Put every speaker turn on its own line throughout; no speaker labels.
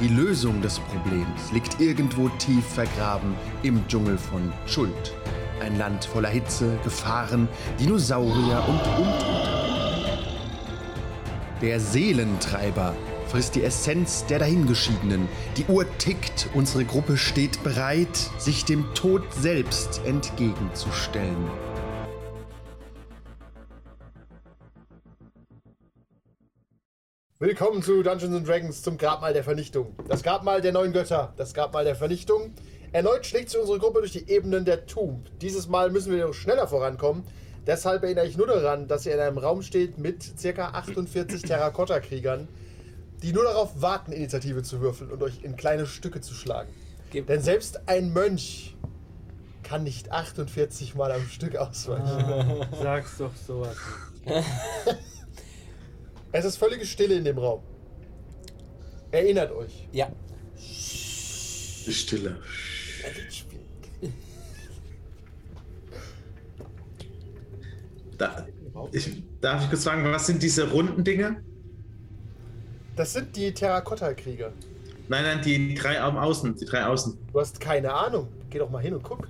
Die Lösung des Problems liegt irgendwo tief vergraben im Dschungel von Schuld. Ein Land voller Hitze, Gefahren, Dinosaurier und Untote. Der Seelentreiber frisst die Essenz der Dahingeschiedenen. Die Uhr tickt, unsere Gruppe steht bereit, sich dem Tod selbst entgegenzustellen.
Willkommen zu Dungeons and Dragons zum Grabmal der Vernichtung. Das Grabmal der neuen Götter, das Grabmal der Vernichtung. Erneut schlägt sich unsere Gruppe durch die Ebenen der Tomb. Dieses Mal müssen wir jedoch schneller vorankommen. Deshalb erinnere ich nur daran, dass ihr in einem Raum steht mit ca. 48 Terrakotta-Kriegern, die nur darauf warten, Initiative zu würfeln und euch in kleine Stücke zu schlagen.
Gib-
Denn selbst ein Mönch kann nicht 48 Mal am Stück
Ah.
ausweichen.
Sag's doch sowas.
Es ist völlige Stille in dem Raum. Erinnert euch.
Ja.
Stille.
Da, ich, darf ich kurz sagen, was sind diese runden Dinge?
Das sind die Terrakotta-Krieger.
Nein, nein, die drei am Außen, die drei Außen.
Du hast keine Ahnung. Geh doch mal hin und guck.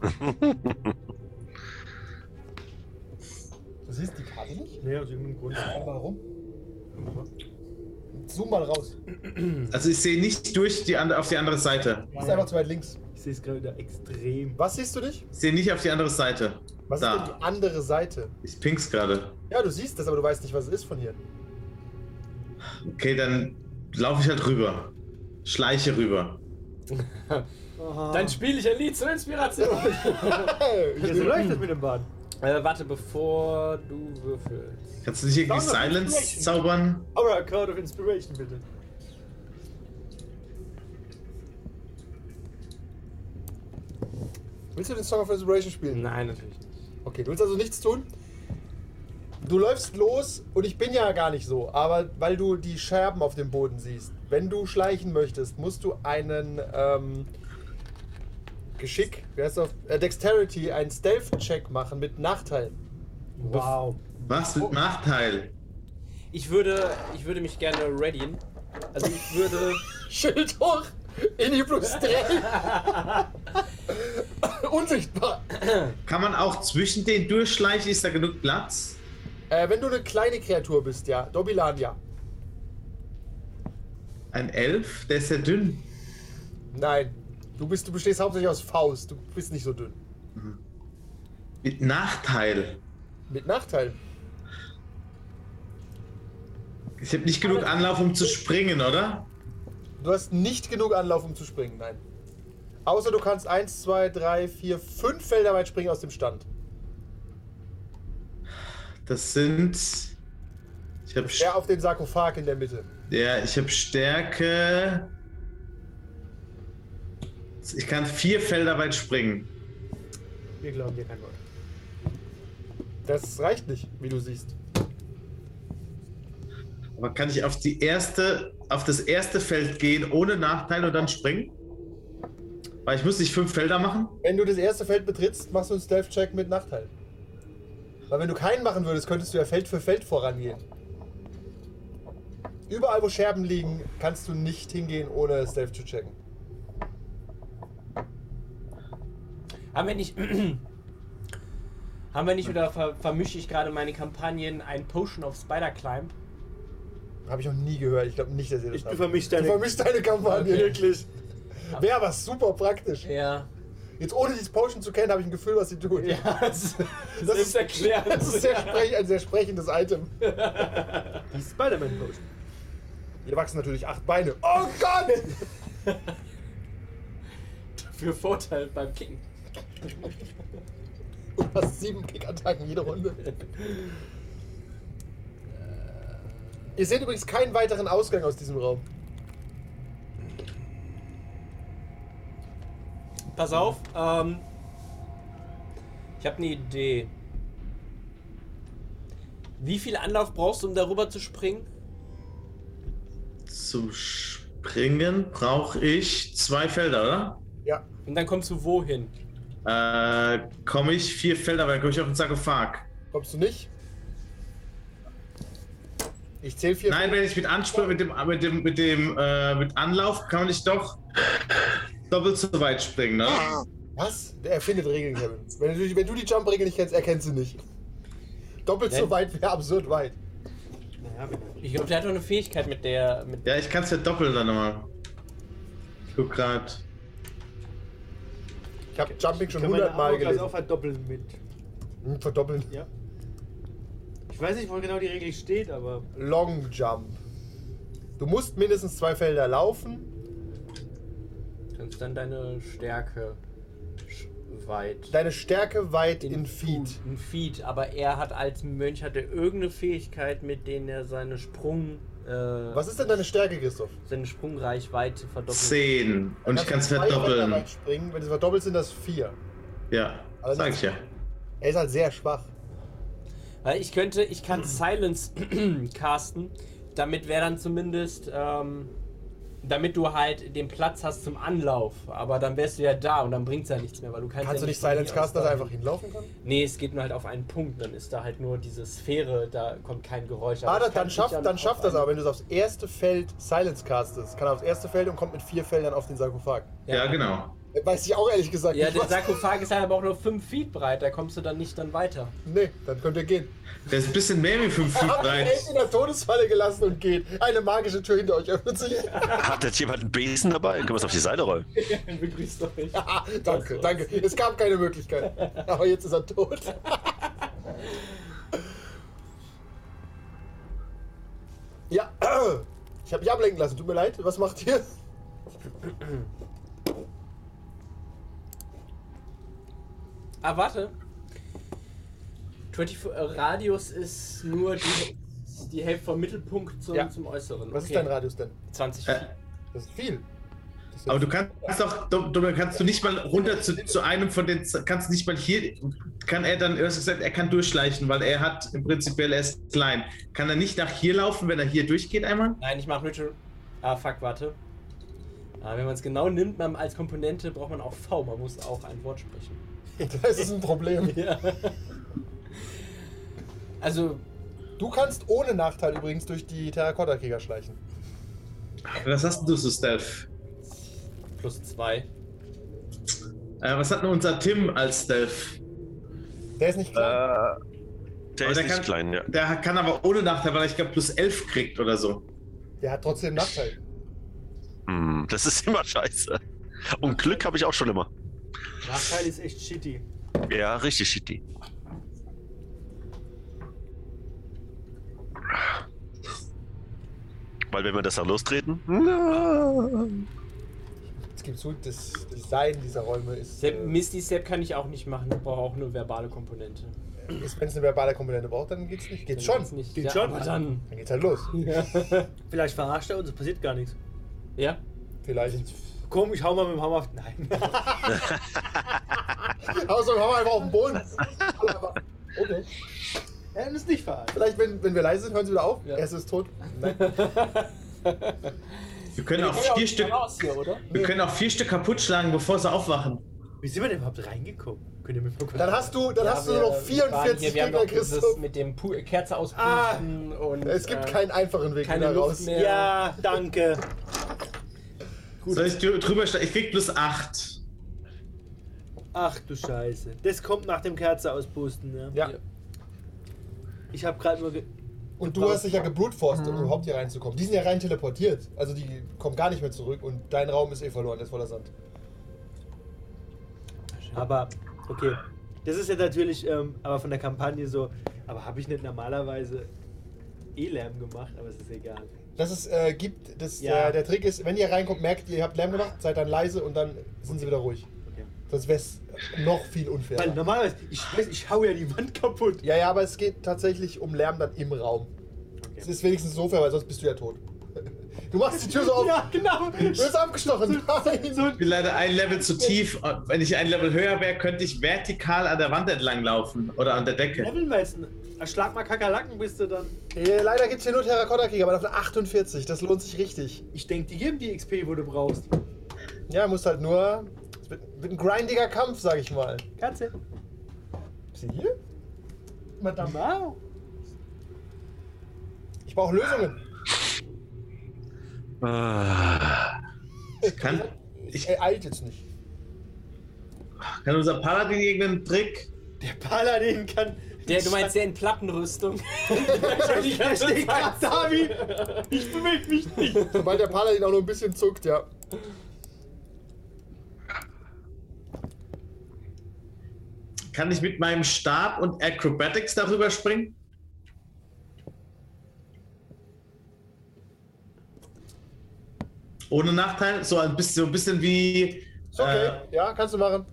du siehst die Karte nicht?
Nee, aus irgendeinem Grund.
Warum? Zoom mal raus.
Also ich sehe nicht durch die and- auf die andere Seite.
Du bist einfach zu weit links.
Ich sehe es gerade wieder extrem.
Was siehst du nicht?
Ich sehe nicht auf die andere Seite.
Was
Da.
ist denn die andere Seite?
Ich pink's gerade.
Ja, du siehst das, aber du weißt nicht, was es ist von hier.
Okay, dann laufe ich halt rüber. Schleiche rüber.
Dann
Dann spiele ich ein Lied zur Inspiration.
ja, so läuft das mit dem Bad.
äh, warte, bevor du würfelst.
Kannst du nicht irgendwie
Sound of
Silence
Inspiration.
zaubern?
Aura Code of Inspiration, bitte.
Willst du den Song of Inspiration spielen?
Nein, natürlich nicht.
Okay, du willst also nichts tun? Du läufst los und ich bin ja gar nicht so, aber weil du die Scherben auf dem Boden siehst, wenn du schleichen möchtest, musst du einen ähm, Geschick, wie heißt das? Äh, Dexterity, einen Stealth-Check machen mit Nachteil.
Wow.
Was mit Nachteil?
Ich würde, ich würde mich gerne readyen. Also ich würde.
Schild hoch! In die plus Unsichtbar!
Kann man auch zwischen denen durchschleichen? Ist da genug Platz?
Äh, wenn du eine kleine Kreatur bist, ja. Dobilan, ja.
Ein Elf? Der ist ja dünn.
Nein. Du, bist, du bestehst hauptsächlich aus Faust. Du bist nicht so dünn.
Mit Nachteil.
Mit Nachteil.
Ich habe nicht genug Anlauf, um zu springen, oder?
Du hast nicht genug Anlauf, um zu springen, nein. Außer du kannst 1, 2, 3, 4, 5 Felder weit springen aus dem Stand.
Das sind. Ich habe
Der auf den Sarkophag in der Mitte.
Ja, ich habe Stärke. Ich kann vier Felder weit springen.
Wir glauben dir kein Wort.
Das reicht nicht, wie du siehst.
Aber kann ich auf die erste, auf das erste Feld gehen ohne Nachteil und dann springen? Weil ich muss nicht fünf Felder machen.
Wenn du das erste Feld betrittst, machst du einen Stealth-Check mit Nachteil. Weil wenn du keinen machen würdest, könntest du ja Feld für Feld vorangehen. Überall, wo Scherben liegen, kannst du nicht hingehen, ohne Stealth zu checken.
Haben wir nicht. Haben wir nicht oder ver vermische ich gerade meine Kampagnen ein Potion of Spider Climb?
Habe ich noch nie gehört. Ich glaube nicht, dass ihr das
Ich- du
habt.
vermischst
Du
deine-
vermischst deine Kampagne.
Okay.
Wirklich. Wäre aber super praktisch.
Ja.
Jetzt ohne dieses Potion zu kennen, habe ich ein Gefühl, was sie tun.
Ja, das,
Das
ist erklärt.
Das ist sehr sprech, ein sehr sprechendes Item.
Die Spider-Man-Potion.
Hier wachsen natürlich acht Beine. Oh Gott!
Für Vorteil beim Kicken.
Du hast sieben Kick-Attacken jede Runde. Ihr seht übrigens keinen weiteren Ausgang aus diesem Raum.
Pass auf. Ähm, ich habe eine Idee. Wie viel Anlauf brauchst du, um darüber zu springen?
Zum Springen brauche ich zwei Felder,
Ja.
Und dann kommst du wohin?
oder? Äh, komme ich vier Felder, weil dann komme ich auf den Sarkophag.
Kommst du nicht? Ich zähle vier.
Nein, wenn ich mit Anspruch, mit dem, mit dem, mit dem, äh, mit Anlauf kann ich doch doppelt so weit springen, ne?
Was? Der erfindet Regeln, Kevin. Wenn du, wenn du die Jump-Regel nicht kennst, erkennst du nicht. Doppelt so
Nein.
weit wäre absurd weit.
Naja, wenn-
Ich glaube, der hat doch eine Fähigkeit mit der. Mit
Ja, ich kann es verdoppeln dann nochmal. Ich guck grad.
Ich habe Jumping schon
kann meine
100 Mal
Armor-Class
gelesen.
auch verdoppeln mit.
Hm, Verdoppeln.
Ja. Ich weiß nicht, wo genau die Regel steht, aber
Long Jump. Du musst mindestens zwei Felder laufen.
kannst dann deine Stärke sch- weit.
Deine Stärke weit in, Feet.
Feed. In Feed, aber er hat als Mönch hat er irgendeine Fähigkeit, mit denen er seine Sprung. Äh,
Was ist denn deine Stärke, Christoph?
Seine Sprungreichweite verdoppelt.
Zehn. Und ich halt kann es
Kannst du zwei Felder
verdoppeln.
weit Springen. Wenn du es verdoppelst, sind das vier.
Ja,
Also
sag
das-
ich ja.
Er ist halt sehr schwach.
Weil ich könnte, ich kann Silence casten, damit wäre dann zumindest, ähm, damit du halt den Platz hast zum Anlauf. Aber dann wärst du ja da und dann bringt's ja nichts mehr, weil du kannst.
Kannst
ja
du nicht
von
Silence
hier aus
Casten, dass er
da-
einfach hinlaufen kann?
Nee, es geht nur halt auf einen Punkt, dann ist da halt nur diese Sphäre, da kommt kein Geräusch.
Ah,
Aber
das,
ich kann
dann
dich
schafft, dann
auf
schafft das
einen-
aber, wenn du es aufs erste Feld Silence castest. Kann er aufs erste Feld und kommt mit vier Feldern auf den Sarkophag.
Ja, genau.
Das Weiß ich auch ehrlich gesagt
Ja,
nicht.
der
was-
Sarkophag ist halt aber auch nur 5 Feet breit, da kommst du dann nicht dann weiter.
Nee, dann könnt ihr gehen.
Der ist ein bisschen mehr wie 5 Fuß
Habt ihr
breit.
echt in der Todesfalle gelassen und geht. Eine magische Tür hinter euch öffnet sich.
Hat jetzt jemand einen Besen dabei? Können wir es auf die Seite rollen?
Begrüßt doch nicht.
Ah, danke, danke. Es gab keine Möglichkeit. Aber jetzt ist er tot. ja, ich habe mich ablenken lassen. Tut mir leid. Was macht ihr?
Ah, warte. 24, äh, Radius ist nur die, die Hälfte vom Mittelpunkt zum,
Ja.
zum Äußeren.
Was
okay.
ist dein Radius denn?
20
Äh,
Feet.
Das ist viel. Das ist
aber du kannst doch, du, du kannst du nicht mal runter zu, zu einem von den, kannst nicht mal hier, kann er dann, du hast gesagt, er kann durchschleichen, weil er hat im Prinzip, er ist klein. Kann er nicht nach hier laufen, wenn er hier durchgeht einmal?
Nein, ich mache Ritual. Ah, fuck, warte. Ah, wenn man es genau nimmt, man, als Komponente braucht man auch V. Man muss auch ein Wort sprechen.
Das ist ein Problem.
Ja. Also,
Du kannst ohne Nachteil übrigens durch die Terrakotta-Krieger schleichen.
Was hast denn du so, Stealth?
plus 2.
Äh, was hat denn unser Tim als Stealth?
Der ist nicht klein.
Äh.
Der
Aber
ist
der
nicht
kann-
klein, ja.
Der kann aber ohne Nachteil, weil er, ich glaube, plus 11 kriegt oder so.
Der hat trotzdem Nachteil.
Hm, das ist immer scheiße. Und Glück habe ich auch schon immer.
Nachteil ist echt shitty.
Ja, richtig shitty. Weil wenn wir das dann lostreten, hm?
Es gibt so, das Design dieser Räume ist,
Step,
äh,
Misty Step kann ich auch nicht machen. Ich brauche auch nur verbale Komponente.
ist wenn es eine verbale Komponente braucht, dann geht's nicht. Geht's
Dann
schon.
geht's Nicht.
Geht
ja,
schon.
Aber dann.
Dann geht's halt los.
Vielleicht verarscht er uns, es passiert gar nichts.
Ja?
Genau,
Vielleicht.
Komm, ich hau mal mit dem Hammer auf. Nein.
Außerdem haben wir einfach auf den Boden. Okay.
er ist nicht verarscht.
Vielleicht, wenn, wenn wir leise sind, hören sie wieder auf.
Ja.
Er ist tot. Nein.
Wir können
Wir
auch
kommen ja
vier
nicht
Stück,
mehr raus hier, oder?
wir können auch vier Stück kaputt schlagen, bevor sie aufwachen.
Wie sind wir denn überhaupt reingekommen? Könnt ihr mir mal kurz-
Dann hast du, dann
Ja,
hast du
wir-
nur noch
wir waren
44
hier, wir haben
Gegner,
noch dieses
Christoph. Ah,
mit dem Pu Kerze auspusten und.
Es gibt
äh,
keinen einfachen Weg
keine
wieder
Luft
raus.
mehr.
Ja, danke.
Soll ich drü- drüber schlagen? Ich krieg plus 8.
Ach du Scheiße. Das kommt nach dem Kerze auspusten, ne?
Ja.
Ja.
Ich habe gerade nur. Ge
Und du hast dich ja geblutforst,
Mhm.
um überhaupt hier reinzukommen. Die sind ja rein teleportiert. Also die kommen gar nicht mehr zurück und dein Raum ist eh verloren, der ist voller Sand.
Aber, okay. Das ist ja natürlich, ähm, aber von der Kampagne so. Aber habe ich nicht normalerweise eh Lärm gemacht, aber es ist egal.
Das ist, äh, gibt, das,
Ja.
der, der Trick ist, wenn ihr reinkommt, merkt ihr, ihr habt Lärm gemacht, seid dann leise und dann sind sie wieder ruhig.
Okay.
Sonst wär's noch viel
Weil
unfairer.
normalerweise, ich weiß, ich hau ja die Wand kaputt.
Ja, ja, aber es geht tatsächlich um Lärm dann im Raum. Es
Okay.
ist wenigstens so fair, weil sonst bist du ja tot. Du machst die Tür so auf.
Ja, genau.
Du wirst abgestochen. Nein.
So,
Ich bin leider ein Level zu tief. Wenn ich ein Level höher wäre, könnte ich vertikal an der Wand entlang laufen oder an der Decke.
Levelmessen. Schlag mal Kakerlaken bist du dann.
Äh, Leider gibt es hier nur Terrakotta-Krieg, aber auf eine 48. Das lohnt sich richtig.
Ich denke, die geben die XP, wo du brauchst.
Ja, musst halt nur. Es wird, wird ein grindiger Kampf, sag ich mal.
Katze.
Ist sie hier?
Madame Mao.
Ich brauche Lösungen.
Ah,
Kann, ich,
Er eilt jetzt nicht.
kann unser Paladin irgendeinen Trick?
Der Paladin kann.
Der, du meinst der in Plattenrüstung?
ich verstehe grad, David. Ich bewege mich nicht.
Sobald der Paladin auch nur ein bisschen zuckt, ja.
Kann ich mit meinem Stab und Acrobatics darüber springen? Ohne Nachteil? So ein bisschen, so ein bisschen wie.
Ist okay.
Äh,
Ja, kannst du machen.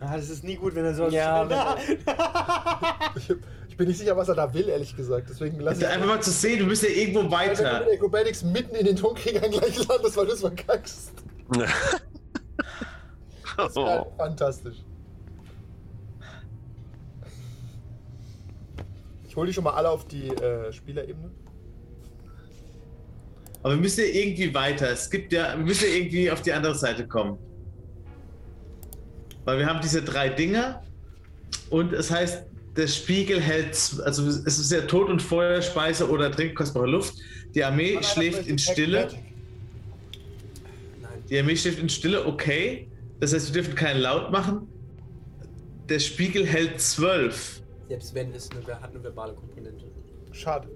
Ah, das ist nie gut, wenn er so
Ja,
Ich, ich bin nicht sicher, was er da will, ehrlich gesagt. Deswegen lass ich.
einfach mal zu sehen, du bist ja irgendwo
Wenn du
weiter.
mit Acrobatics mitten in den Tonkriegern gleich landest, weil du es verkackst. Ja,
oh.
fantastisch. Ich hole die schon mal alle auf die äh, Spielerebene.
Aber wir müssen ja irgendwie weiter. Es gibt ja, wir müssen ja irgendwie auf die andere Seite kommen. Weil wir haben diese drei Dinger und es heißt, der Spiegel hält, z- also es ist ja Tod und Feuer, Speise oder Trink, kostbare Luft. Die Armee schläft in Stille. Die Armee schläft in Stille, okay. Das heißt, wir dürfen keinen Laut machen. Der Spiegel hält zwölf.
Selbst wenn es eine, hat eine verbale Komponente.
Schade.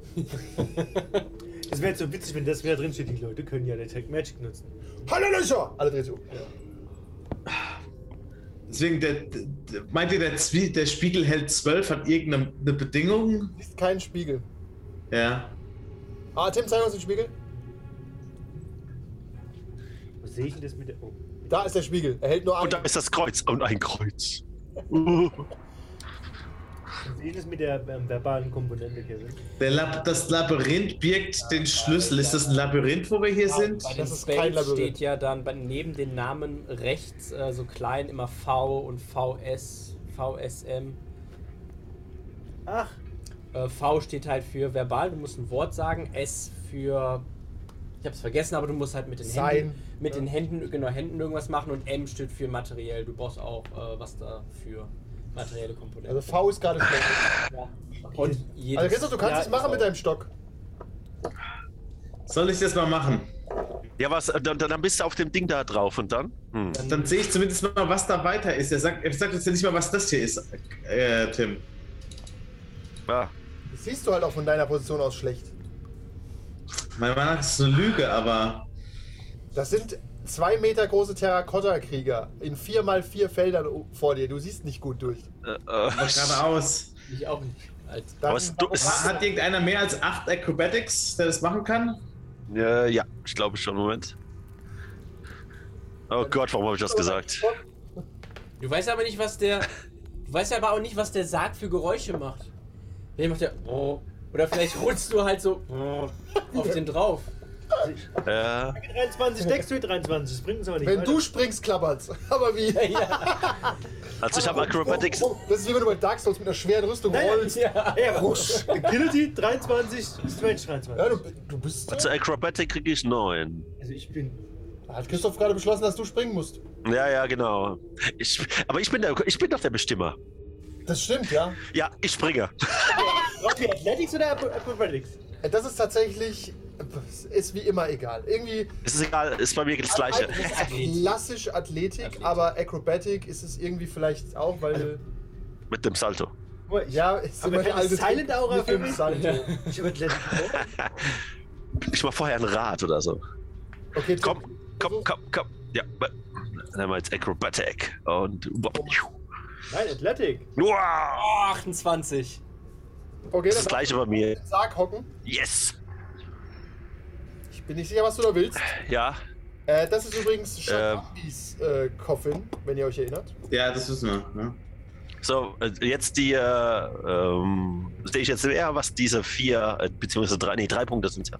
Das wäre jetzt so witzig, wenn das wieder drin steht. Die Leute können ja Detect Magic nutzen.
Halleluja! Alle drehen sich um.
Deswegen, der, der, meint ihr, der, Zwie- der Spiegel hält zwölf, hat irgendeine eine Bedingung?
Ist kein Spiegel.
Ja.
Ah, Tim, zeig uns den Spiegel.
Wo sehe ich denn das mit der. Oh.
Da ist der Spiegel. Er hält nur an.
Und da ist das Kreuz und ein Kreuz. Uh.
Wo sehe ich das mit der ähm, verbalen Komponente, Kevin?
Der Lab das Labyrinth birgt den Schlüssel. Ist das ein Labyrinth, wo wir hier sind?
Bei den
ist kein
Spells
Labyrinth.
steht ja dann bei, neben den Namen rechts äh, so klein immer V und VS, VSM.
Ach,
Äh, v steht halt für verbal, du musst ein Wort sagen. S für. Ich hab's vergessen, aber du musst halt mit den
Sein. ne?
Händen. Mit
Ja.
den Händen, genau, Händen irgendwas machen und M steht für materiell. Du brauchst auch äh, was dafür. Materielle Komponente.
Also V ist gerade schlecht.
ja. Und jedes,
Also Christoph, du kannst
Ja,
es machen
ist
mit deinem Stock.
Soll ich das mal machen?
Ja, was? Dann, dann dann bist du auf dem Ding da drauf und dann? Hm.
Dann sehe ich zumindest mal, was da weiter ist. Er sagt, er sagt uns ja nicht mal, was das hier ist, äh, Tim.
Ah.
Das siehst du halt auch von deiner Position aus schlecht.
Mein Mann hat es eine Lüge, aber
Das sind zwei Meter große Terrakotta-Krieger in vier mal vier Feldern o- vor dir. Du siehst nicht gut durch.
Äh, äh,
geradeaus.
ich auch nicht. Als
Dann-
Aber es- du- es-
Hat irgendeiner mehr als acht Acrobatics, der das machen kann?
äh, ja, ich glaube schon. Moment. Oh Gott, warum habe ich das gesagt?
Du weißt aber nicht, was der. Du weißt aber auch nicht, was der Sarg für Geräusche macht. Vielleicht macht der. Oh. Oder vielleicht rutschst du halt so oh, auf den drauf.
Äh,
23 deckst du 23, das bringt uns aber nicht.
Wenn du
weiter.
springst, klappert's. Aber wie?
also ich habe Acrobatics.
Oh, das ist wie wenn du bei Dark Souls mit einer schweren Rüstung
Nein,
rollst. Ja,
Ja, aber Agility 23, Strange 23.
du, du bist.
Also Acrobatic kriege ich neun.
Also ich bin.
Hat Christoph gerade beschlossen, dass du springen musst.
Ja, ja, genau. Ich, aber ich bin, der, ich bin doch der Bestimmer.
Das stimmt, ja.
Ja, ich springe.
Brauchen wir Athletics oder Acro- Acrobatics?
Äh, Das ist tatsächlich. äh, Ist wie immer egal. Irgendwie.
Es ist egal, ist bei mir das Gleiche.
Das ist klassisch Athletik,
Athletik.
aber Acrobatic ist es irgendwie vielleicht auch, weil.
Mit dem Salto.
Guck mal, ich-
ja, ist
Also, aber
immer
keine
alte-
Silent Aura
mit dem
für mich?
Salto.
Ich habe Athletics. auch.
Ich mach vorher ein Rad oder so.
Okay, Tim,
Komm, komm, komm, komm. Ja, ba- dann haben wir jetzt Acrobatic. Und.
Nein, Athletic.
Wow,
Oh, 28.
Okay,
das ist das
dann
Gleiche bei mir.
Sarg hocken.
Yes!
Ich bin nicht sicher, was du da willst.
Ja,
Äh, das ist übrigens Shakambis äh, Coffin, wenn ihr euch erinnert.
Ja, das wissen wir. Ne?
so, äh, jetzt die. Äh, ähm, Sehe ich jetzt eher, was diese vier, äh, beziehungsweise drei, nee, drei Punkte sind ja.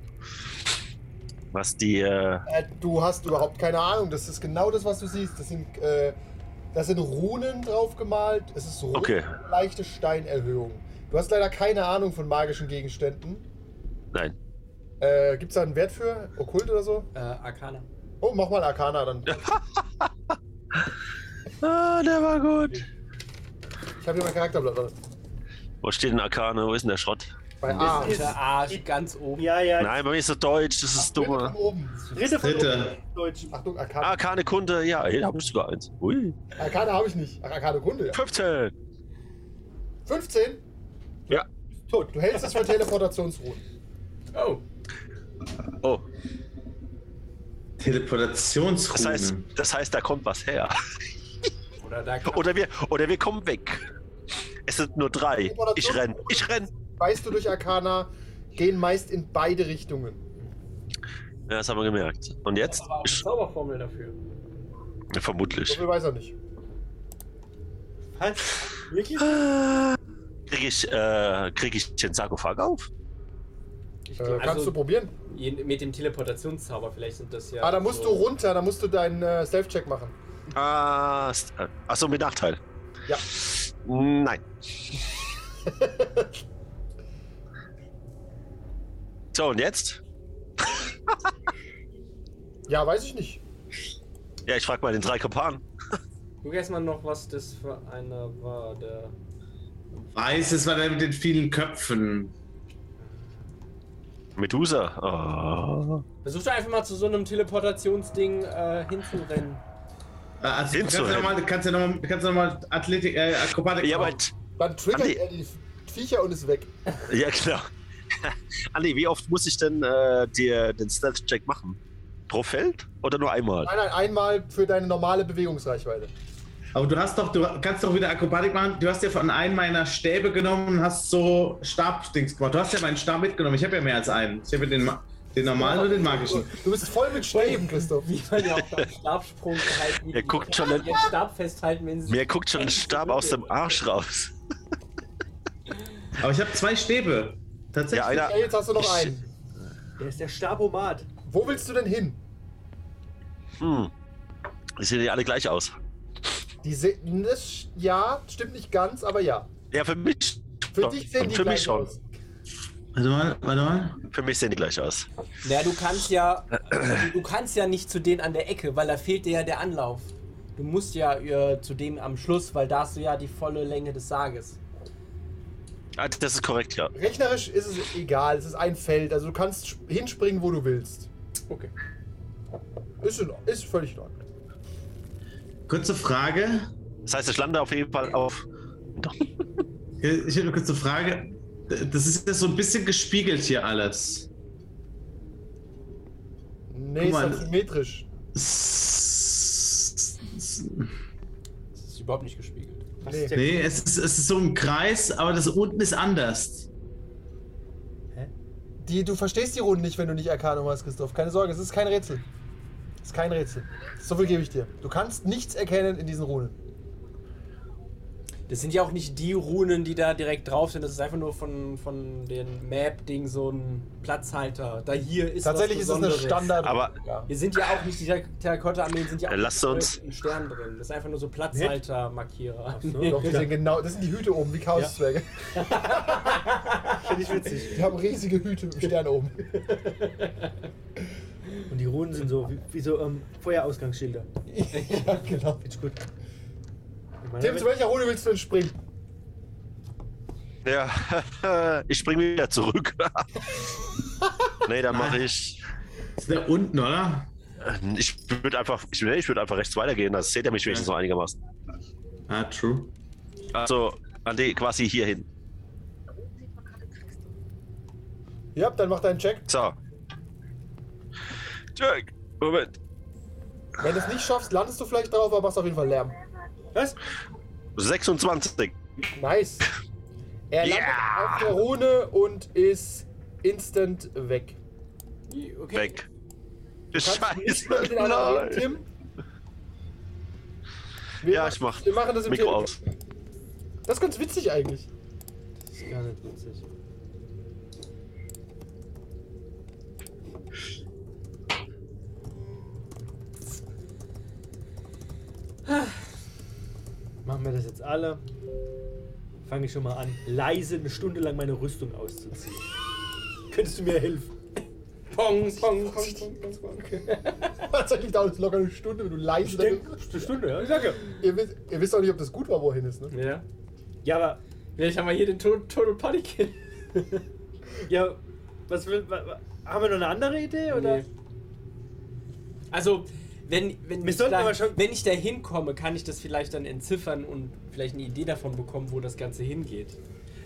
Was die. Äh,
Äh, du hast überhaupt keine Ahnung. Das ist genau das, was du siehst. Das sind, äh, das sind Runen drauf gemalt. Es ist rund,
Okay.
leichte Steinerhöhung. Du hast leider keine Ahnung von magischen Gegenständen.
nein.
Äh, Gibt es da einen Wert für? Okkult oder so?
Äh, Arcana.
Oh, mach mal Arcana dann.
Ah, der war gut.
Ich habe hier mein Charakterblatt. warte.
Wo steht denn Arkane? Wo ist denn der Schrott?
Bei A.
ist-
Unter Arsch, ganz oben.
Ja, ja.
Nein, bei mir ist es Deutsch, das ist dumm.
Von oben.
Dritte von
Dritte.
oben, Deutsch.
Achtung, Arcana.
Arkane Kunde, ja, hier habe ich sogar eins. Ui.
Arcana habe ich nicht. Ach, Arcana Kunde, ja.
15.
15?
Ja.
Tot. Du hältst es für Teleportationsruhen.
Oh.
Oh,
Teleportationsruhen.
das heißt, das heißt, da kommt was her.
Oder da kann
Oder wir, oder wir kommen weg. Es sind nur drei. Ich renn, ich renn.
Weißt du durch Arcana, gehen meist in beide Richtungen.
Ja, das haben wir gemerkt. Und jetzt?
aber auch eine
Ich,
Zauberformel dafür.
So
vermutlich.
viel weiß er nicht. Äh,
Was? Wirklich?
Krieg ich, äh, krieg ich den Sarkophag auf?
Ich
Äh,
glaub,
kannst du
also,
probieren?
je- mit dem Teleportationszauber, vielleicht sind das ja.
ah, da musst
so-
du runter, da musst du deinen äh, Self-Check machen.
Ah, ist- äh, achso, mit Nachteil.
Ja.
Nein. so, und jetzt?
Ja, weiß ich nicht.
Ja, ich frag mal den drei Kampanen.
Guck erstmal noch, was das für einer war. Der
Weiß, es war der mit den vielen Köpfen.
Medusa. Oh.
Versuch doch einfach mal zu so einem Teleportationsding äh, hinzurennen.
Äh, Also, du kannst
Hinzuhören.
ja nochmal kannst ja noch mal- kannst ja noch mal Athletik, äh, Akrobatik.
Ja, aber.
machen.
Dann triggert
Andi.
er die Viecher und ist weg.
Ja, genau. Andi, wie oft muss ich denn äh, dir den Stealth-Check machen? Pro Feld oder nur einmal?
Nein, nein, einmal für deine normale Bewegungsreichweite.
aber du hast doch, du kannst doch wieder Akrobatik machen. Du hast ja von einem meiner Stäbe genommen und hast so Stabdings gemacht. Du hast ja meinen Stab mitgenommen. Ich habe ja mehr als einen. Ich habe ja den, ma- den normalen und den magischen.
Du bist voll mit Stäben, Christoph.
Wie man ja auch beim Stabsprung halt wie
Er
die
guckt schon
ihren Stab festhalten, wenn sie
Mir guckt schon ein Stab aus dem Arsch raus.
Aber ich habe zwei Stäbe. Tatsächlich.
Ja, einer.
Ja, jetzt hast du noch
Ich-
einen.
Der ist der Stabomat.
Wo willst du denn hin?
Hm. Die sehen ja alle gleich aus.
Die se- das, ja, stimmt nicht ganz, aber ja.
Ja, für mich.
Für dich sehen die
für
gleich
mich schon.
aus.
Warte mal, warte mal.
Für mich sehen die gleich aus.
Ja, du kannst ja. Du kannst ja nicht zu denen an der Ecke, weil da fehlt dir ja der Anlauf. Du musst ja äh, zu denen am Schluss, weil da hast du ja die volle Länge des Sarges.
Ah, das ist korrekt, ja.
Rechnerisch ist es egal, es ist ein Feld, also du kannst sch- hinspringen, wo du willst.
Okay.
Ist, in, ist völlig in Ordnung.
Kurze Frage.
Das heißt, ich lande auf jeden Fall auf.
Ich hätte eine kurze Frage. Das ist jetzt so ein bisschen gespiegelt hier alles.
Nee,
Guck mal.
ist asymmetrisch.
Das ist überhaupt nicht gespiegelt.
Was
Nee.
ist der
Nee, es ist, es ist so ein Kreis, aber das unten ist anders.
Die, du verstehst die Runden nicht, wenn du nicht Arcanum hast, Christoph. Keine Sorge, es ist kein Rätsel. Es ist kein Rätsel. So viel gebe ich dir. Du kannst nichts erkennen in diesen Runen.
Das sind ja auch nicht die Runen, die da direkt drauf sind. Das ist einfach nur von, von den Map-Ding so ein Platzhalter. Da hier ist
Tatsächlich
was
ist es eine
Besonderes.
Standard.
Aber-
ja.
Hier sind ja auch nicht, die Terrakotta-Armeen sind ja auch
Äh, lasst
nicht
uns-
ein Stern drin. Das ist einfach nur so Platzhalter-Markierer.
Doch, das sind genau, das sind die Hüte oben, wie Chaoszwerge.
Finde ich witzig.
Die haben riesige Hüte mit Sterne oben.
Und die Runen sind so wie, wie so ähm, Feuerausgangsschilder.
ja, genau.
Finde ich gut. Ich meine,
Tim, zu welcher Rune willst du denn springen?
Ja, ich springe wieder zurück. nee, dann mache ich. äh,
Das ist da unten, oder?
Ich würde einfach, ich, nee, ich würd einfach rechts weitergehen. Das seht ihr mich wenigstens noch einigermaßen.
Ah, true.
Also, Andi, quasi hierhin.
Ja, dann mach deinen Check.
So. Jack, Moment.
Wenn du es nicht schaffst, landest du vielleicht drauf, aber machst auf jeden Fall Lärm.
was?
26.
Nice. Er landet
Yeah.
auf der Rune und ist instant weg.
okay.
Weg.
Kannst du nicht mit
Scheiße.
den anderen
Nein.
Tim? Wir
Ja,
machen-
ich mach
Wir machen das im
Mikro
Tele-
aus.
Das ist ganz witzig eigentlich.
Das ist gar nicht witzig. Machen wir das jetzt alle. Fange ich schon mal an, leise eine Stunde lang meine Rüstung auszuziehen. Könntest du mir helfen?
Pong, pong, pong, pong, pong, pong.
Tatsächlich dauert es locker eine Stunde, wenn du leise
eine Stunde, ja, ich sage.
Ihr wisst, ihr wisst auch nicht, ob das gut war, wohin ist, ne?
Ja.
Ja, aber
Vielleicht haben wir hier den To- Total Party Kill.
ja, was will, wa, wa, haben wir noch eine andere Idee oder?
Nee. Also, wenn, wenn,
Wir
ich
sollten
da,
aber schon-
wenn ich da hinkomme, kann ich das vielleicht dann entziffern und vielleicht eine Idee davon bekommen, wo das Ganze hingeht.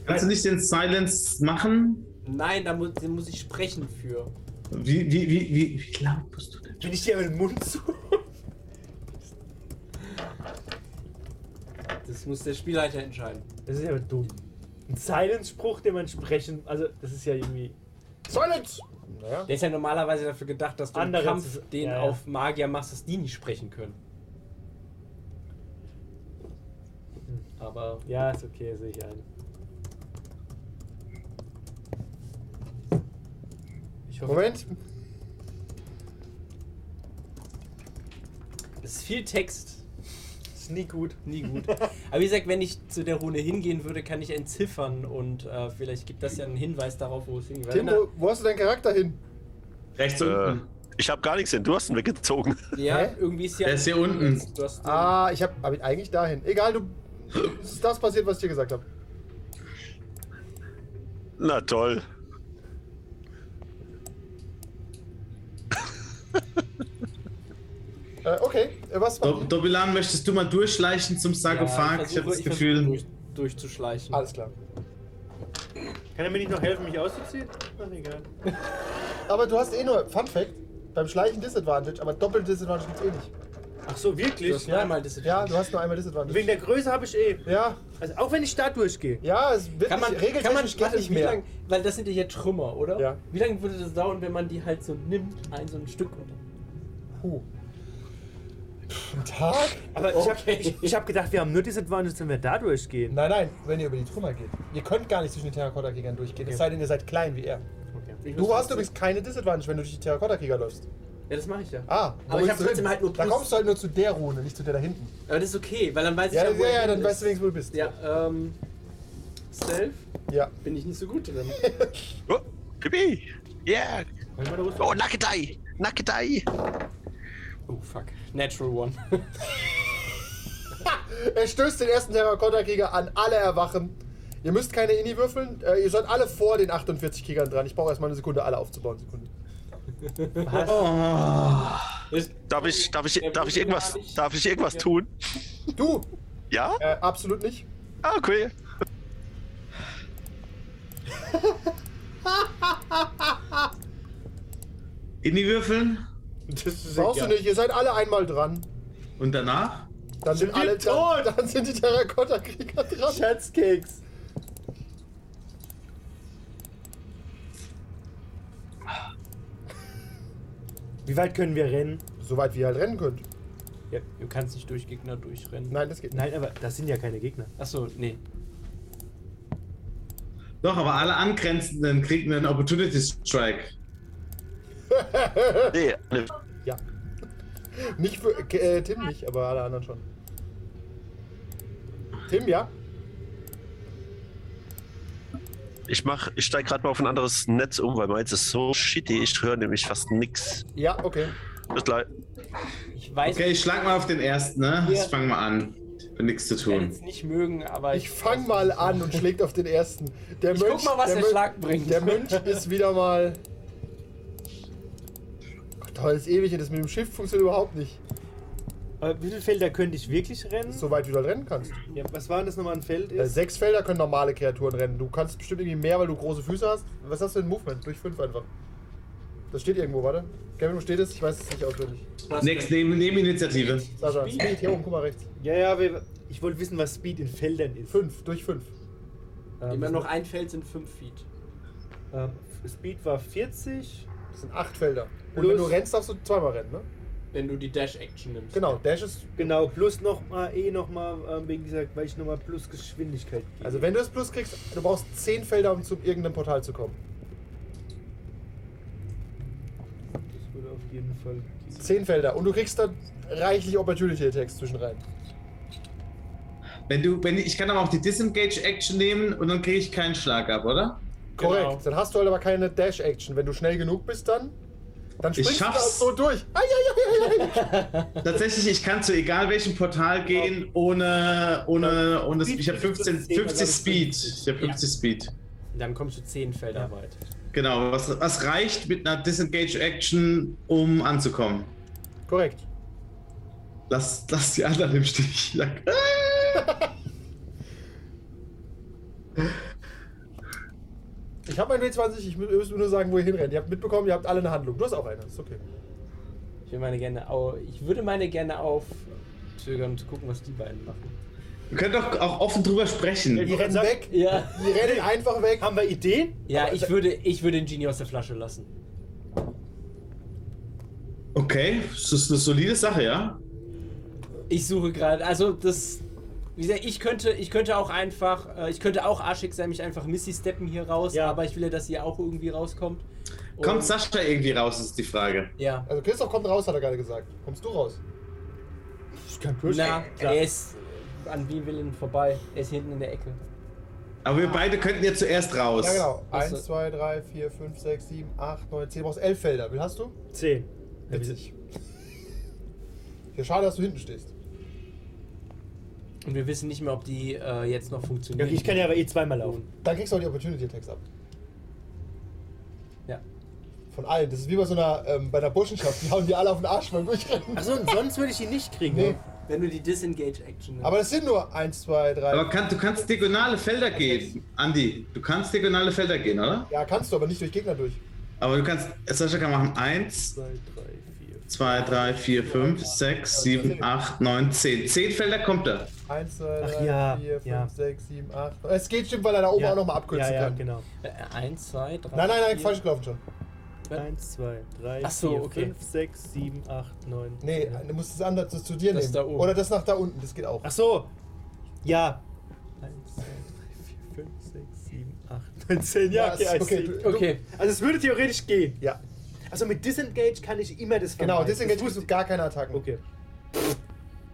Kannst du nicht den Silence machen?
Nein, da muss, da muss ich sprechen für.
Wie, wie, wie, wie, wie laut bist du denn?
Bin ich dir mit dem Mund zu?
Das muss der Spielleiter entscheiden.
Das ist ja dumm. Ein Silence-Spruch, den man sprechen, also das ist ja irgendwie.
Silence! Naja.
Der ist ja normalerweise dafür gedacht, dass du
Andere
im Kampf
zu-
den
ja, ja.
auf Magier machst, dass die nicht sprechen können. Aber
Hm. Ja, ist okay, sehe ich ein.
ich hoffe,
Moment.
es ist viel Text.
Ist nie gut.
Nie gut. Aber wie gesagt, wenn ich zu der Rune hingehen würde, kann ich entziffern und äh, vielleicht gibt das ja einen Hinweis darauf, wo es hingeht. Weil
Tim,
wenn
wo, wo hast du deinen Charakter hin?
Rechts
Äh,
unten.
ich habe gar nichts hin. Du hast ihn weggezogen.
da- ja,
Hä?
irgendwie ist ja.
Der ist hier unten.
Du hast den,
Ah, ich hab, hab ihn eigentlich dahin. Egal, du. Es ist das passiert, was ich dir gesagt habe.
Na toll.
Äh, okay, äh, was war?
Do Dobilan, möchtest du mal durchschleichen zum Sarkophag? ich habe
versuche-
das
ich versuche
Gefühl.
Durch, durchzuschleichen.
Alles klar.
Kann er mir nicht noch helfen, mich auszuziehen? Ach, egal.
Aber du hast eh nur, Fun Fact, beim Schleichen Disadvantage, aber doppelt Disadvantage gibt's eh nicht.
Ach so,
Du hast
wirklich?
nur einmal Disadvantage.
Ja, du hast nur einmal
Wegen
Disadvantage.
der Größe habe ich eh.
Ja,
Also auch wenn ich da durchgehe.
ja, es wird
Kann man,
nicht,
kann man
regeltechnisch geht
warte,
nicht
wie
mehr.
Lang, weil das sind ja hier Trümmer, oder?
Ja.
Wie lange würde das dauern, wenn man die halt so nimmt, ein so ein Stück runter?
Puh. Ein Tag?
Aber ich habe
Okay.
ich, ich hab gedacht, wir haben nur Disadvantage, wenn wir da durchgehen.
Nein, nein, wenn ihr über die Trümmer geht. Ihr könnt gar nicht zwischen den Terrakotta-Kriegern durchgehen, es
Okay.
sei denn, ihr seid klein wie er.
Okay.
Du hast übrigens keine Disadvantage, wenn du durch die Terrakotta-Krieger läufst.
Ja, das mache ich ja.
Ah, wo
aber ich
ist
habe
drin?
trotzdem halt nur
Da
Plus.
kommst du halt nur zu der Rune, nicht zu der da hinten.
Aber das ist okay, weil dann weiß
Ja,
ich
ja,
wo er
ja,
hin
dann
ist.
weißt du wenigstens, wo du bist.
Ja, ähm. Self
Ja.
bin ich nicht so gut drin.
Oh, Pipi. Yeah. Oh, Nackedei. Nackedei.
Oh fuck. Natural One.
Er stößt den ersten Terrakotta-Krieger an, alle erwachen. Ihr müsst keine Inni würfeln, äh, ihr seid alle vor den 48 Kriegern dran. Ich brauche erstmal eine Sekunde, alle aufzubauen. Sekunde.
Ist-
Darf ich, darf ich,
Der
darf ich
wurde
irgendwas,
gar nicht-
darf ich irgendwas
Ja.
tun?
Du!
Ja?
Äh, absolut nicht.
Ah, okay.
In die Würfeln
Das ist
Brauchst du
egal.
nicht, ihr seid alle einmal dran.
und danach?
Dann sind,
wir
alle dran.
tot?
Dann sind die Terrakotta-Krieger dran.
Schatzkeks. Wie weit können wir rennen?
Soweit wie ihr halt rennen könnt.
Ja, du kannst nicht durch Gegner durchrennen.
Nein, das geht nicht.
Nein, aber das sind ja keine Gegner.
Achso, nee.
Doch, aber alle angrenzenden kriegen einen Opportunity Strike.
Nee. nee.
Ja. Nicht für äh, Tim nicht, aber alle anderen schon. Tim, ja?
Ich mach, ich steig gerade mal auf ein anderes Netz um, weil meins ist so shitty. Ich höre nämlich fast nix.
Ja, okay.
Bis gleich.
Ich weiß,
Okay, ich schlag mal auf den ersten, ne?
Also Ja.
Ich fang mal an. Hat nichts zu
ich kann
tun.
es nicht mögen, aber
Ich fang mal an und schlägt auf den ersten. Der
Ich
Mönch,
guck mal, was der,
Mönch-
Schlag bringt.
Der Mönch ist wieder mal. Gott, toll, ist ewig. Das mit dem Schiff funktioniert überhaupt nicht.
Aber wie viele Felder könnte ich wirklich rennen?
So weit wie du halt rennen kannst.
Ja, was war denn das nochmal ein Feld?
Äh,
Ist?
sechs Felder können normale Kreaturen rennen. Du kannst bestimmt irgendwie mehr, weil du große Füße hast. Was hast du denn Movement? Durch fünf einfach. Das steht irgendwo, warte. Kevin, wo steht es? Ich weiß es nicht auswendig.
Was-
Next, neben, neben Initiative.
Sascha,
Speed.
Speed, hier oben, guck mal rechts.
Ja, ja, wir, ich wollte wissen, was Speed in Feldern ist.
Äh. Fünf, durch fünf.
Ähm,
Immer noch ein Feld sind 5 Feet.
Ähm, Speed war 40.
Das sind acht Felder. Und
Plus-
wenn du rennst, darfst du zweimal rennen, ne?
Wenn du die Dash-Action nimmst.
Genau, Dash ist.
Genau, plus nochmal, eh nochmal, ähm, wegen dieser, weil ich nochmal plus Geschwindigkeit gebe.
Also wenn du das Plus kriegst, du brauchst zehn Felder, um zu irgendeinem Portal zu kommen.
Das würde auf jeden Fall.
Zehn Felder. Und du kriegst dann reichlich Opportunity Attacks zwischen rein.
Wenn du, wenn ich, ich kann aber auch die Disengage-Action nehmen und dann kriege ich keinen Schlag ab, oder?
Korrekt.
Genau.
Dann hast du halt aber keine Dash-Action. Wenn du schnell genug bist, dann, dann
Ich
springst du da
schaff's.
so durch. Ai, ai, ai, ai, ai.
Tatsächlich, ich kann zu egal welchem Portal gehen, ohne, ohne, ohne, ich habe 15, 50 Speed. Ich habe 50 Speed.
Dann kommst du zehn Felder weit.
Genau, was, was reicht mit einer Disengage-Action, um anzukommen?
Korrekt.
Lass, lass die anderen im Stich. Ja.
Ich habe mein W20, ich mü- ihr müsst mir nur sagen, wo ihr hinrennt. Ihr habt mitbekommen, ihr habt alle eine Handlung. Du hast auch eine, ist okay.
Ich, will meine gerne au ich würde meine gerne aufzögern, um zu gucken, was die beiden machen.
Wir können doch auch offen drüber sprechen.
Die rennen weg,
Ja,
die rennen einfach weg.
Haben wir Ideen?
ja ich, würde, ich würde den Genie aus der Flasche lassen.
Okay, das ist eine solide Sache, ja?
Ich suche gerade, also das. Wie gesagt, ich könnte, ich könnte auch einfach, äh, ich könnte auch arschig sein, mich einfach Missy steppen hier raus,
Ja.
aber ich will ja, dass ihr auch irgendwie rauskommt. Und-
Kommt Sascha irgendwie raus, ist die Frage.
Ja.
Also Christoph kommt raus, hat er gerade gesagt. Kommst du raus? Ich kann
Na,
klar.
er ist an Willen vorbei. Er ist hinten in der Ecke.
Aber wir beide könnten ja zuerst raus.
Ja, genau.
Achso.
1, 2, 3, 4, 5, 6, 7, 8, 9, 10. Du brauchst 11 Felder. Wie viel hast du?
Zehn.
Witzig. Ja, schade, dass du hinten stehst.
Und wir wissen nicht mehr, ob die äh, jetzt noch
Ja,
funktionieren.
okay, ich kann ja aber eh zweimal laufen.
Dann kriegst du auch die Opportunity Attacks ab.
Ja.
Von allen. Das ist wie bei so einer, ähm, bei einer Burschenschaft. Die hauen dir alle auf den Arsch beim Durchrennen.
Achso, und sonst würde ich ihn nicht kriegen.
Nee.
ne?
Wenn du die Disengage-Action nimmst.
Aber das sind nur 1, 2, 3.
Aber kann, du kannst diagonale Felder gehen, Andi. Du kannst diagonale Felder gehen, oder?
Ja, kannst du, aber nicht durch Gegner durch.
Aber du kannst, Sascha kann machen 1,
Zwei, drei, vier.
2, 3, 4, 5, 6, 7, 8, 9, 10. 10 Felder kommt er.
1, 2,
Ach
3,
ja,
4, 5,
ja.
6, 7, 8. Es geht stimmt, weil er da oben Um auch nochmal abkürzen
ja, ja,
kann.
genau.
Äh, Eins, zwei, drei.
Nein, nein, nein,
vier.
falsch gelaufen schon.
Eins, zwei, drei,
Ach so,
vier,
okay.
fünf, sechs, sieben, acht, neun.
Nee,
zehn.
du musst das anders das zu dir
Das
nehmen.
da oben.
Oder das nach da unten, das geht auch.
Ach so. Ja. Eins, zwei, drei, vier, fünf, sechs, sieben, acht, neun, zehn. Ja, okay,
Ja,
eins,
okay,
zehn.
du-
Okay.
Also es würde theoretisch gehen.
Ja,
Also mit Disengage kann ich immer das
genau,
vermeiden.
deswegen
Das
kriegst du
wusste-
gar keine Attacken.
Okay.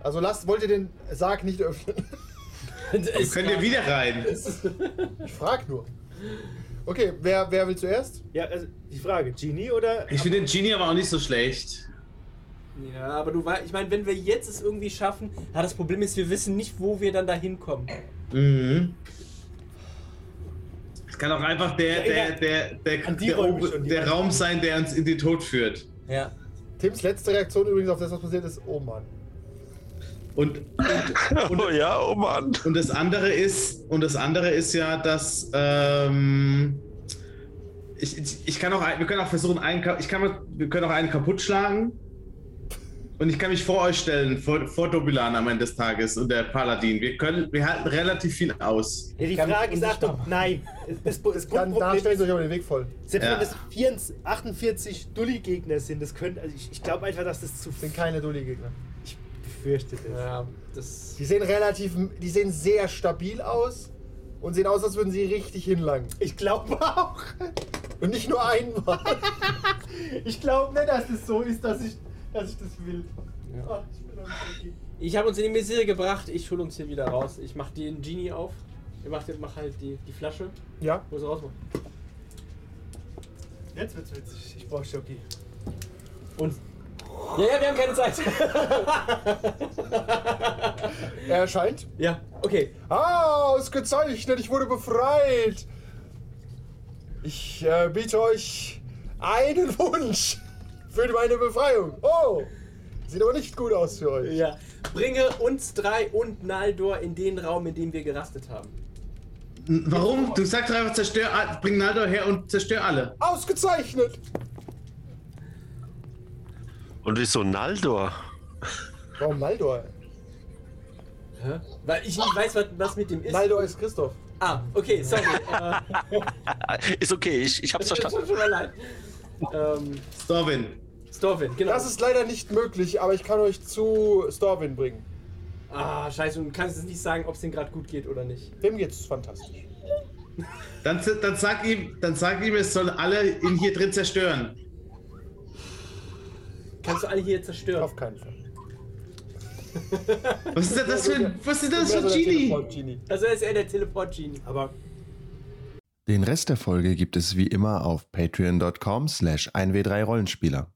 Also lasst, wollt ihr den Sarg nicht öffnen?
Dann könnt ihr wieder rein.
Ich frag nur. Okay, wer, wer will zuerst?
Ja, also die Frage, Genie oder?
Ich finde den Genie aber auch nicht so schlecht.
Ja, aber du weißt, ich meine, wenn wir jetzt es irgendwie schaffen, ja, das Problem ist, wir wissen nicht, wo wir dann da hinkommen.
Mhm. Es kann auch einfach der, der, der, der,
An die
der,
räume ich
Obe-
schon die
der
Hand.
Raum sein, der uns in den Tod führt.
Ja.
Tims letzte Reaktion übrigens auf das, was passiert ist, oh Mann.
Und,
Oh ja, oh Mann.
und das andere ist, und das andere ist ja, dass ähm, ich, ich, ich kann auch, ein- wir können auch versuchen, einen, ka- ich kann, wir können auch einen kaputt schlagen. Und ich kann mich vor euch stellen, vor, vor Dobilan am Ende des Tages und der Paladin. Wir können, wir halten relativ viel aus.
Ja, die
Kann
Frage
ich
ist,
unsichtbar
Achtung, nein. Das, das
Dann da
Grundproblem
stellt
ist,
euch aber den Weg voll.
selbst
Ja.
wenn das 44, 48 Dulli-Gegner sind, das können, also ich, ich glaube einfach, dass das zu
Sind
viel
keine Dulli-Gegner.
Ich befürchte das.
Ja, das.
Die sehen relativ, die sehen sehr stabil aus und sehen aus, als würden sie richtig hinlangen.
Ich glaube auch.
Und nicht nur einmal.
Ich glaube nicht, dass es so ist, dass ich, dass ich das will. Ach, ich bin am Vergehen.
Ich habe uns in die Misere gebracht, ich hol uns hier wieder raus. Ich mach den Genie auf. Ich mach, mach halt die, die Flasche.
Ja,
Wo ist er rausmachen?
Jetzt wird's witzig. Ich brauche Schoki.
Und. Ja, ja, wir haben keine Zeit.
er erscheint.
ja, okay.
Ah, ausgezeichnet, ich wurde befreit. Ich äh, biete euch einen Wunsch für meine Befreiung. Oh, sieht aber nicht gut aus für euch.
Ja. Bringe uns drei und Naldor in den Raum, in dem wir gerastet haben.
N- Warum? Du sagst doch einfach, zerstör, all- bring Naldo her und zerstör alle.
Ausgezeichnet.
Und wieso Naldor?
Warum Maldor?
Hä? Weil ich nicht weiß, was, was mit dem ist.
Maldor ist Christoph.
Ah, okay, sorry. äh,
Ist okay, ich, ich hab's
es tut
verstanden.
mir leid. Ähm,
Storvin.
Storvin, genau.
Das ist leider nicht möglich, aber ich kann euch zu Storwin bringen.
ah, scheiße, du kannst jetzt nicht sagen, ob es ihm gerade gut geht oder nicht.
Dem geht's fantastisch.
Dann, z- dann, sag ihm, dann sag ihm, es soll alle in hier drin zerstören.
Kannst du alle hier zerstören?
Auf keinen Fall.
Was ist denn das für ein, was ist das für ein Genie?
Genie.
Also ist er der Teleport-Genie.
Aber
Den Rest der Folge gibt es wie immer auf patreon.com slash 1w3rollenspieler.